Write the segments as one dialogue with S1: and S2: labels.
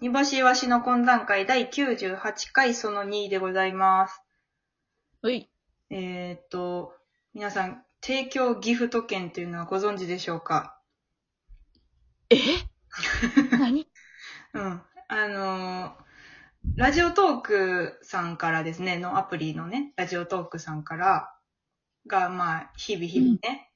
S1: 煮干しわしの懇談会第98回その2でございます。
S2: うい。
S1: えーっと、皆さん、提供ギフト券というのはご存知でしょうか
S2: え何
S1: うん。あのーラジオトークさんからですね、のアプリのね、ラジオトークさんから、が、まあ、日々日々ね、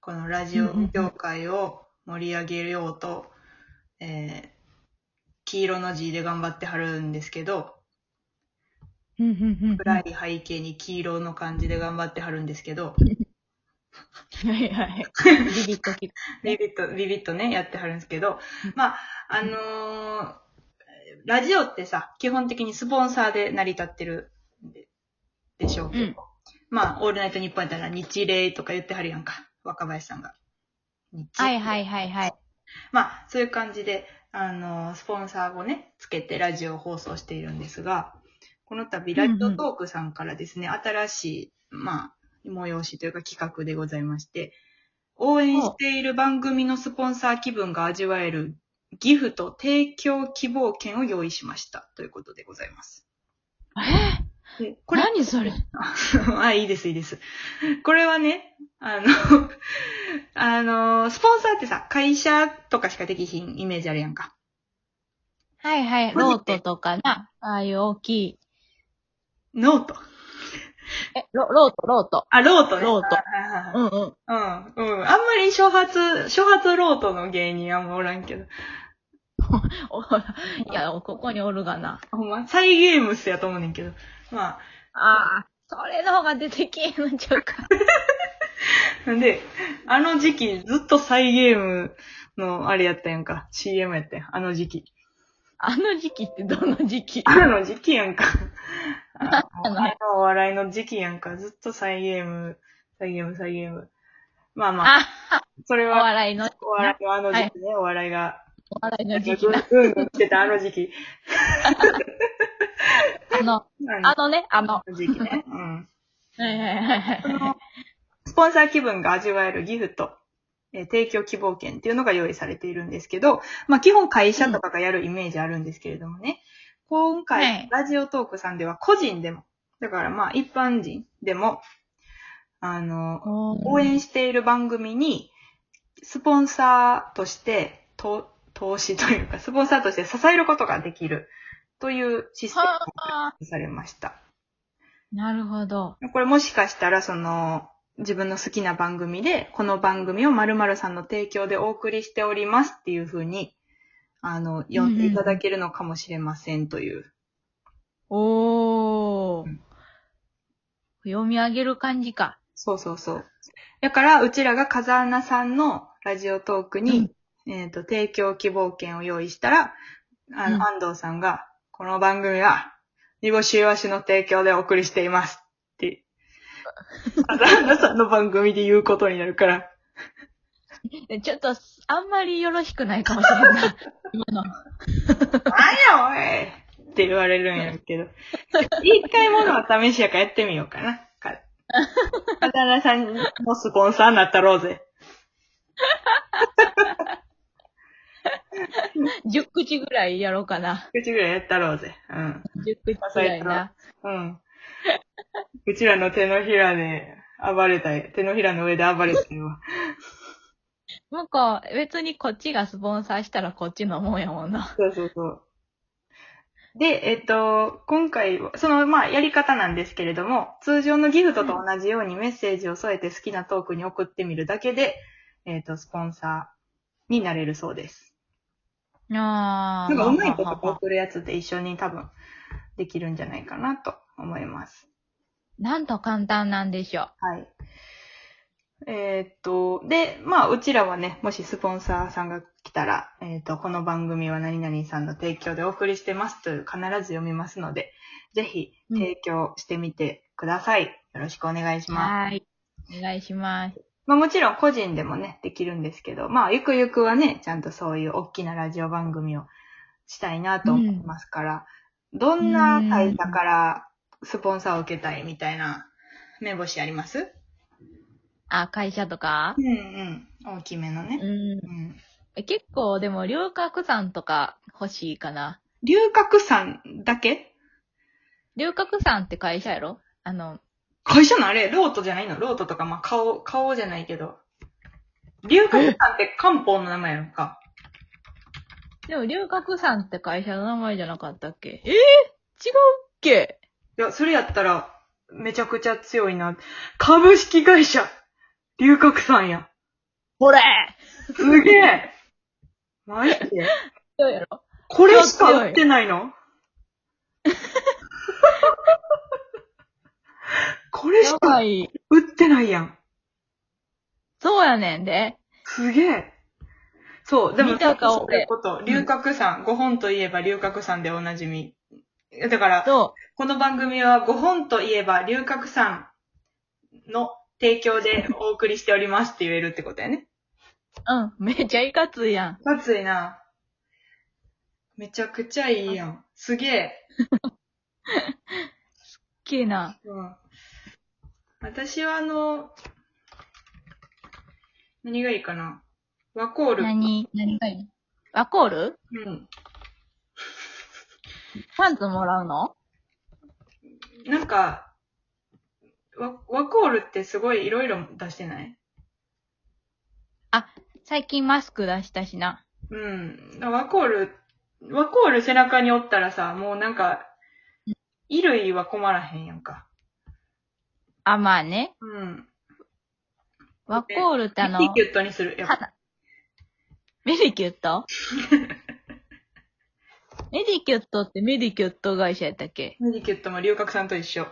S1: このラジオ業界を盛り上げようと、えー黄色の字で頑張ってはるんですけど、
S2: うんうんうん。
S1: 暗い背景に黄色の感じで頑張ってはるんですけど、
S2: はいはい。ビビッとき。
S1: ビビッと、ビビッとね、やってはるんですけど、まあ、あのーラジオってさ、基本的にスポンサーで成り立ってるんででしょうけど、
S2: うん
S1: まあ、オールナイトニッポンやったら日礼とか言ってはるやんか、若林さんが。日
S2: はいはいはいはい。
S1: まあ、そういう感じで、あのースポンサーをね、つけてラジオを放送しているんですが、この度、ラジオトークさんからですね、新しい、まあ、催しというか企画でございまして、応援している番組のスポンサー気分が味わえるギフト提供希望券を用意しましたということでございます。
S2: え
S1: でこ
S2: こ
S1: れ
S2: れ、何それ
S1: あ、いいです、いいです。これはね、あの、 あの、スポンサーってさ、会社とかしかできひんイメージあるやんか。
S2: はいはい。ロートとかな。ああいう大きい。
S1: ノート。
S2: え、ロロート、ロート。
S1: あ、ロートね。
S2: ロート
S1: はいはいはい
S2: うんうん。
S1: うん、うん。あんまり初発、初発ロートの芸人あんまおらんけど。
S2: おいや、ここにおるがな。
S1: ほんま、サイゲームスやと思うねんけど。ま
S2: ああ、それの方が出てけえのちゃうか。
S1: あ、んで、あの時期ずっとサイゲームのあれやったやんか。CM やったやん。あの時期。
S2: あの時期ってどの時期
S1: あの時期やんか。あ
S2: あの
S1: のあのお笑いの時期やんか。ずっとサイゲーム、サイゲーム、サイゲーム。まあまあ、
S2: あ、
S1: それ
S2: お
S1: は、
S2: 笑いの、
S1: お笑いのあの時期ね、お笑いが。
S2: お笑い
S1: ぐ
S2: の
S1: んぐ
S2: 時
S1: ん
S2: 期な。
S1: してたあの時 期。
S2: あの、あのね、あの。
S1: の時期ね。うん。
S2: はいはいはいはい
S1: こ。の スポンサー気分が味わえるギフト、えー提供希望券っていうのが用意されているんですけど、まあ基本会社とかがやるイメージあるんですけれどもね、今
S2: は
S1: 回
S2: い、
S1: ラジオトークさんでは個人でも、だからまあ一般人でも、あの、応援している番組に、スポンサーとして、と投資というか、スポンサーとして支えることができるというシステム
S2: は
S1: が
S2: あ、
S1: されました。
S2: なるほど。
S1: これもしかしたら、その、自分の好きな番組で、この番組を〇〇さんの提供でお送りしておりますっていう風に、あの、呼んでいただけるのかもしれませんという。
S2: おー
S1: うん。
S2: 読み上げる感じか。
S1: そうそうそう。だから、うちらが風穴さんのラジオトークに、えっ、と、提供希望券を用意したら、あの、
S2: うん
S1: 安藤さんが、この番組は、煮干しイワシの提供でお送りしています って、風穴さんの番組で言うことになるから、
S2: でちょっと、あんまりよろしくないかもしれん ない。今の。
S1: なんやおいって言われるんやけど。一回ものは試しやからやってみようかな。か渡辺さんのスポンサーになったろうぜ。
S2: 10口ぐらいやろうかな。
S1: 口ぐらいやったろうぜ。うん。
S2: 10口ぐらいな。
S1: うん。うちらの手のひらで暴れたい。手のひらの上で暴れたいわ。
S2: 向こう、別にこっちがスポンサーしたらこっちのもんやもんな。
S1: そうそうそう。で、えっと、今回は、その、まあ、やり方なんですけれども、通常のギフトと同じようにメッセージを添えて好きなトークに送ってみるだけで、えっと、スポンサーになれるそうです。な
S2: あ
S1: んか、うまいことか送るやつで一緒に多分、できるんじゃないかなと思います。
S2: なんと簡単なんでしょ
S1: はい。えっと、で、まあ、うちらはね、もしスポンサーさんが来たら、えっと、この番組は何々さんの提供でお送りしてますという必ず読みますので、ぜひ
S2: うん
S1: 提供してみてください。よろしくお願いし
S2: う。
S1: ます。
S2: はーい。お願いします。
S1: まあもちろん個人でもね、できるんですけど、まあゆくゆくはね、ちゃんとそういう大きなラジオ番組をしたいなと思いますから、どんな会社からスポンサーを受けたいみたいな目星あります
S2: あ、会社とか
S1: うんうん。大きめのね。
S2: う
S1: う
S2: ん。
S1: ん。
S2: 結構、でも、龍角散とか欲しいかな。
S1: 龍角散だけ
S2: 龍角さんって会社やろあの、
S1: 会社のあれ、ロートじゃないのロートとか、まあ、顔、顔じゃないけど。龍角散って漢方の名前やんか。
S2: でも龍角さんって会社の名前じゃなかったっけえー、違うっけ
S1: いや、それやったら、めちゃくちゃ強いな。株式会社龍角散や。
S2: ほれ
S1: すげえマジで
S2: どうやろ
S1: これしか売ってないのこれし
S2: や
S1: か
S2: ばい。
S1: 売ってないやん。
S2: そうやねんで。
S1: すげえ。そう、でも、
S2: 見た顔
S1: そういうこと。龍角散、5本といえば龍角散でおなじみ。だから、
S2: そ
S1: この番組は5本といえば龍角散の提供でお送りしておりますって言えるってことやね。
S2: う。うん。めっちゃいかついやん。
S1: 熱いな。めちゃくちゃいいやん。すげえ。
S2: きいな。
S1: うん。私はあの、何がいいかな。ワコール。
S2: 何何がいいワコール
S1: うん。
S2: パンツもらうの
S1: なんか、ワワコールってすごいいろいろ出してない
S2: 最近マスク出したしな。
S1: うん。ワコール、ワコール背中におったらさ、もうなんか、衣類は困らへんやんか。
S2: あ、まあね。
S1: うん。
S2: ワコールってあの
S1: テ、ィキュットにする。やっぱ。
S2: 肌メディキュットメディキュットってメディキュット会社やったっけ
S1: メディキュットも龍角散と一緒。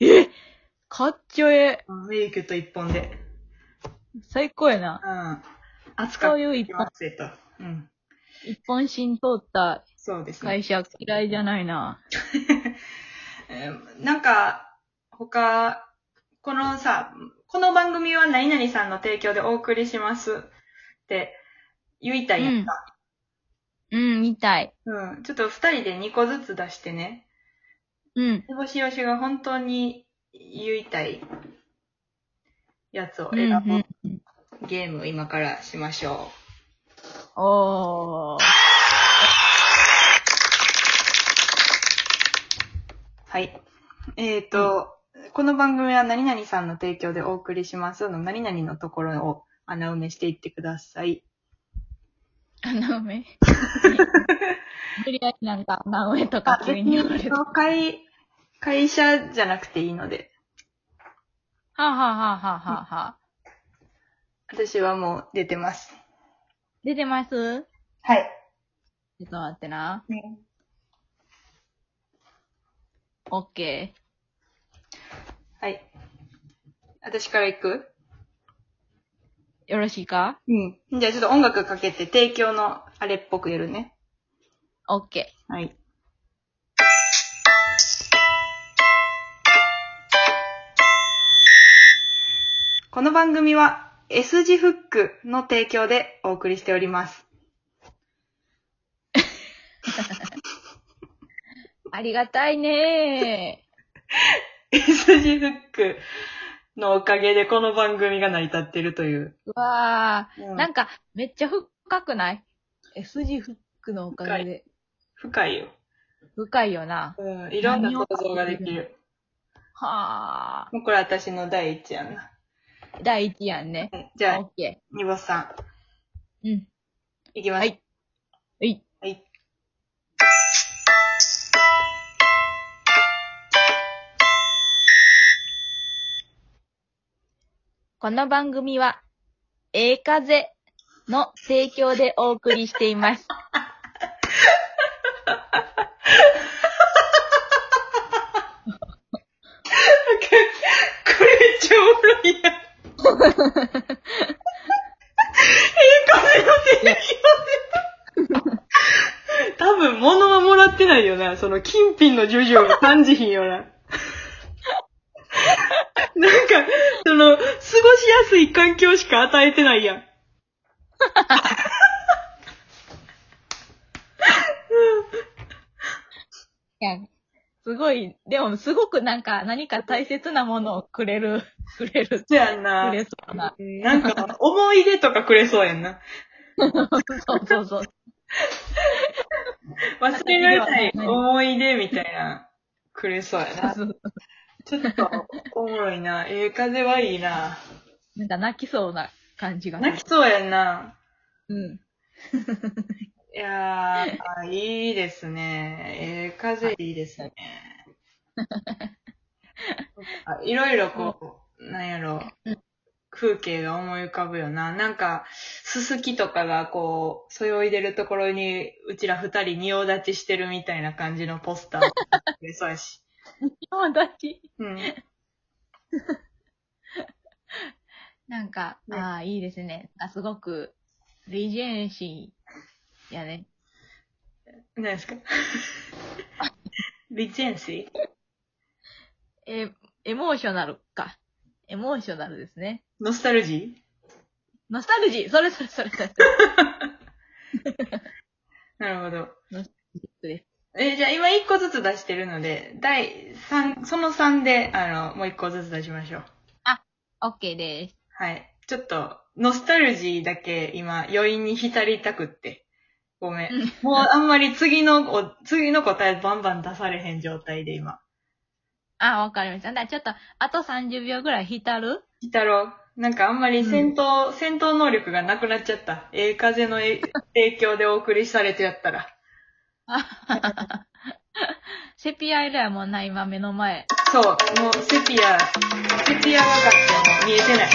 S2: えかっちょええ。
S1: うんメディキュット一本で。
S2: 最高やな。
S1: うん。扱
S2: そ
S1: っ
S2: う
S1: て
S2: いう
S1: い
S2: 一
S1: き
S2: 本、
S1: ますよと。うん。
S2: 一本芯通った
S1: そうですね。
S2: 会社嫌いじゃないな。
S1: えーなんか、他、このさ、この番組は何々さんの提供でお送りしますって言いたいやんか。
S2: うん、みたい。
S1: うん、ちょっと二人で二個ずつ出してね。
S2: うん。
S1: 煮干しよしが本当に言いたいやつを選ぶ、
S2: うん
S1: ゲーム今からしましょ
S2: おー。
S1: う。はい。えっ、と、この番組は何々さんの提供でお送りしますの何々のところを穴埋めしていってください。
S2: 穴埋め無理やりなんか穴埋めと
S1: あ
S2: か、
S1: 別
S2: 急に
S1: に
S2: 言われ、る。は
S1: 会、会社じゃなくていいので、
S2: あ、はあはあはあはあはあ、
S1: 私はもう出てます。
S2: 出てます
S1: はい。
S2: ちょっと待ってな。オッケー。
S1: はい。私から行く
S2: よろしいか
S1: うん。じゃあちょっと音楽かけて提供のあれっぽくやるね。
S2: オッケ
S1: はい。この番組は S 字フックの提供でお送りしております。
S2: ー。ありがたいね
S1: S 字フックのおかげでこの番組が成り立ってるという。
S2: ー。うわー。
S1: うん
S2: なんか、めっちゃ深くない ?S 字フックのおかげで。
S1: 深いよ。
S2: 深いよな。
S1: うん。いろんな想像ができる。
S2: は
S1: もうこれ私の第一やな。
S2: ー。第一やんね。
S1: はいじ
S2: オ
S1: ゃあ
S2: ッ、ケ
S1: ニボさ
S2: ー。うん。
S1: ん、いきます。
S2: はい。はい。
S1: はい。
S2: この番組は、ええ風の提供でお送りしています。
S1: これめっちゃおもろいやん。ええ風の提供多分物はもらってないよな。その金品の叙情を感じひんよ な。なんか、その、過ごしやすい環境しか与えてないやん。
S2: いや、 すごい、でもすごくなんか何か大切なものをくれる、くれる、
S1: そうやん
S2: く
S1: な。
S2: れそうな。
S1: なんか、思い出とかくれそうやんな。
S2: そうそうそう。
S1: 忘れられない思い出みたいな、くれそうやな。
S2: そう
S1: ちょっと、おもろいな。ええ風はいいな。
S2: なんか泣きそうな感じが。
S1: 泣きそうやんな。
S2: うん。
S1: いやー、あいいですね。ええ風いいですね。あいろいろこう、なんやろ風景が思い浮かぶよな。なんか、すすきとかがこう、そよいでるところに、うちら二人仁王立ちしてるみたいな感じのポスター。そうやし。
S2: あ、だき。
S1: うん。
S2: なんか、
S1: ね
S2: ああ、いいですね。あすごく、リジェンシーやね。
S1: 何ですかリジェンシー
S2: え、エモーショナルか。エモーショナルですね。
S1: ノスタルジー
S2: ノスタルジーそれそれそれそ れ。
S1: なるほど。
S2: です
S1: え、じゃあ今一個ずつ出してるので、第三、その3で、あの、もう一個ずつ出しましょう。
S2: オッケーです。
S1: はい。ちょっと、ノスタルジーだけ今、余韻に浸りたくって。ごめん
S2: うん。
S1: もうあんまり次のお、次の答えバンバン出されへん状態で今。
S2: あ、わかりました。だちょっと、あと30秒ぐらい浸る
S1: たろうなんかあんまり戦闘、戦闘能力がなくなっちゃった。ええ風のえ影響でお送りされてやったら。
S2: セピア以来もうな、今目の前。
S1: そう、もうセピア、セピア分かっても見えてない。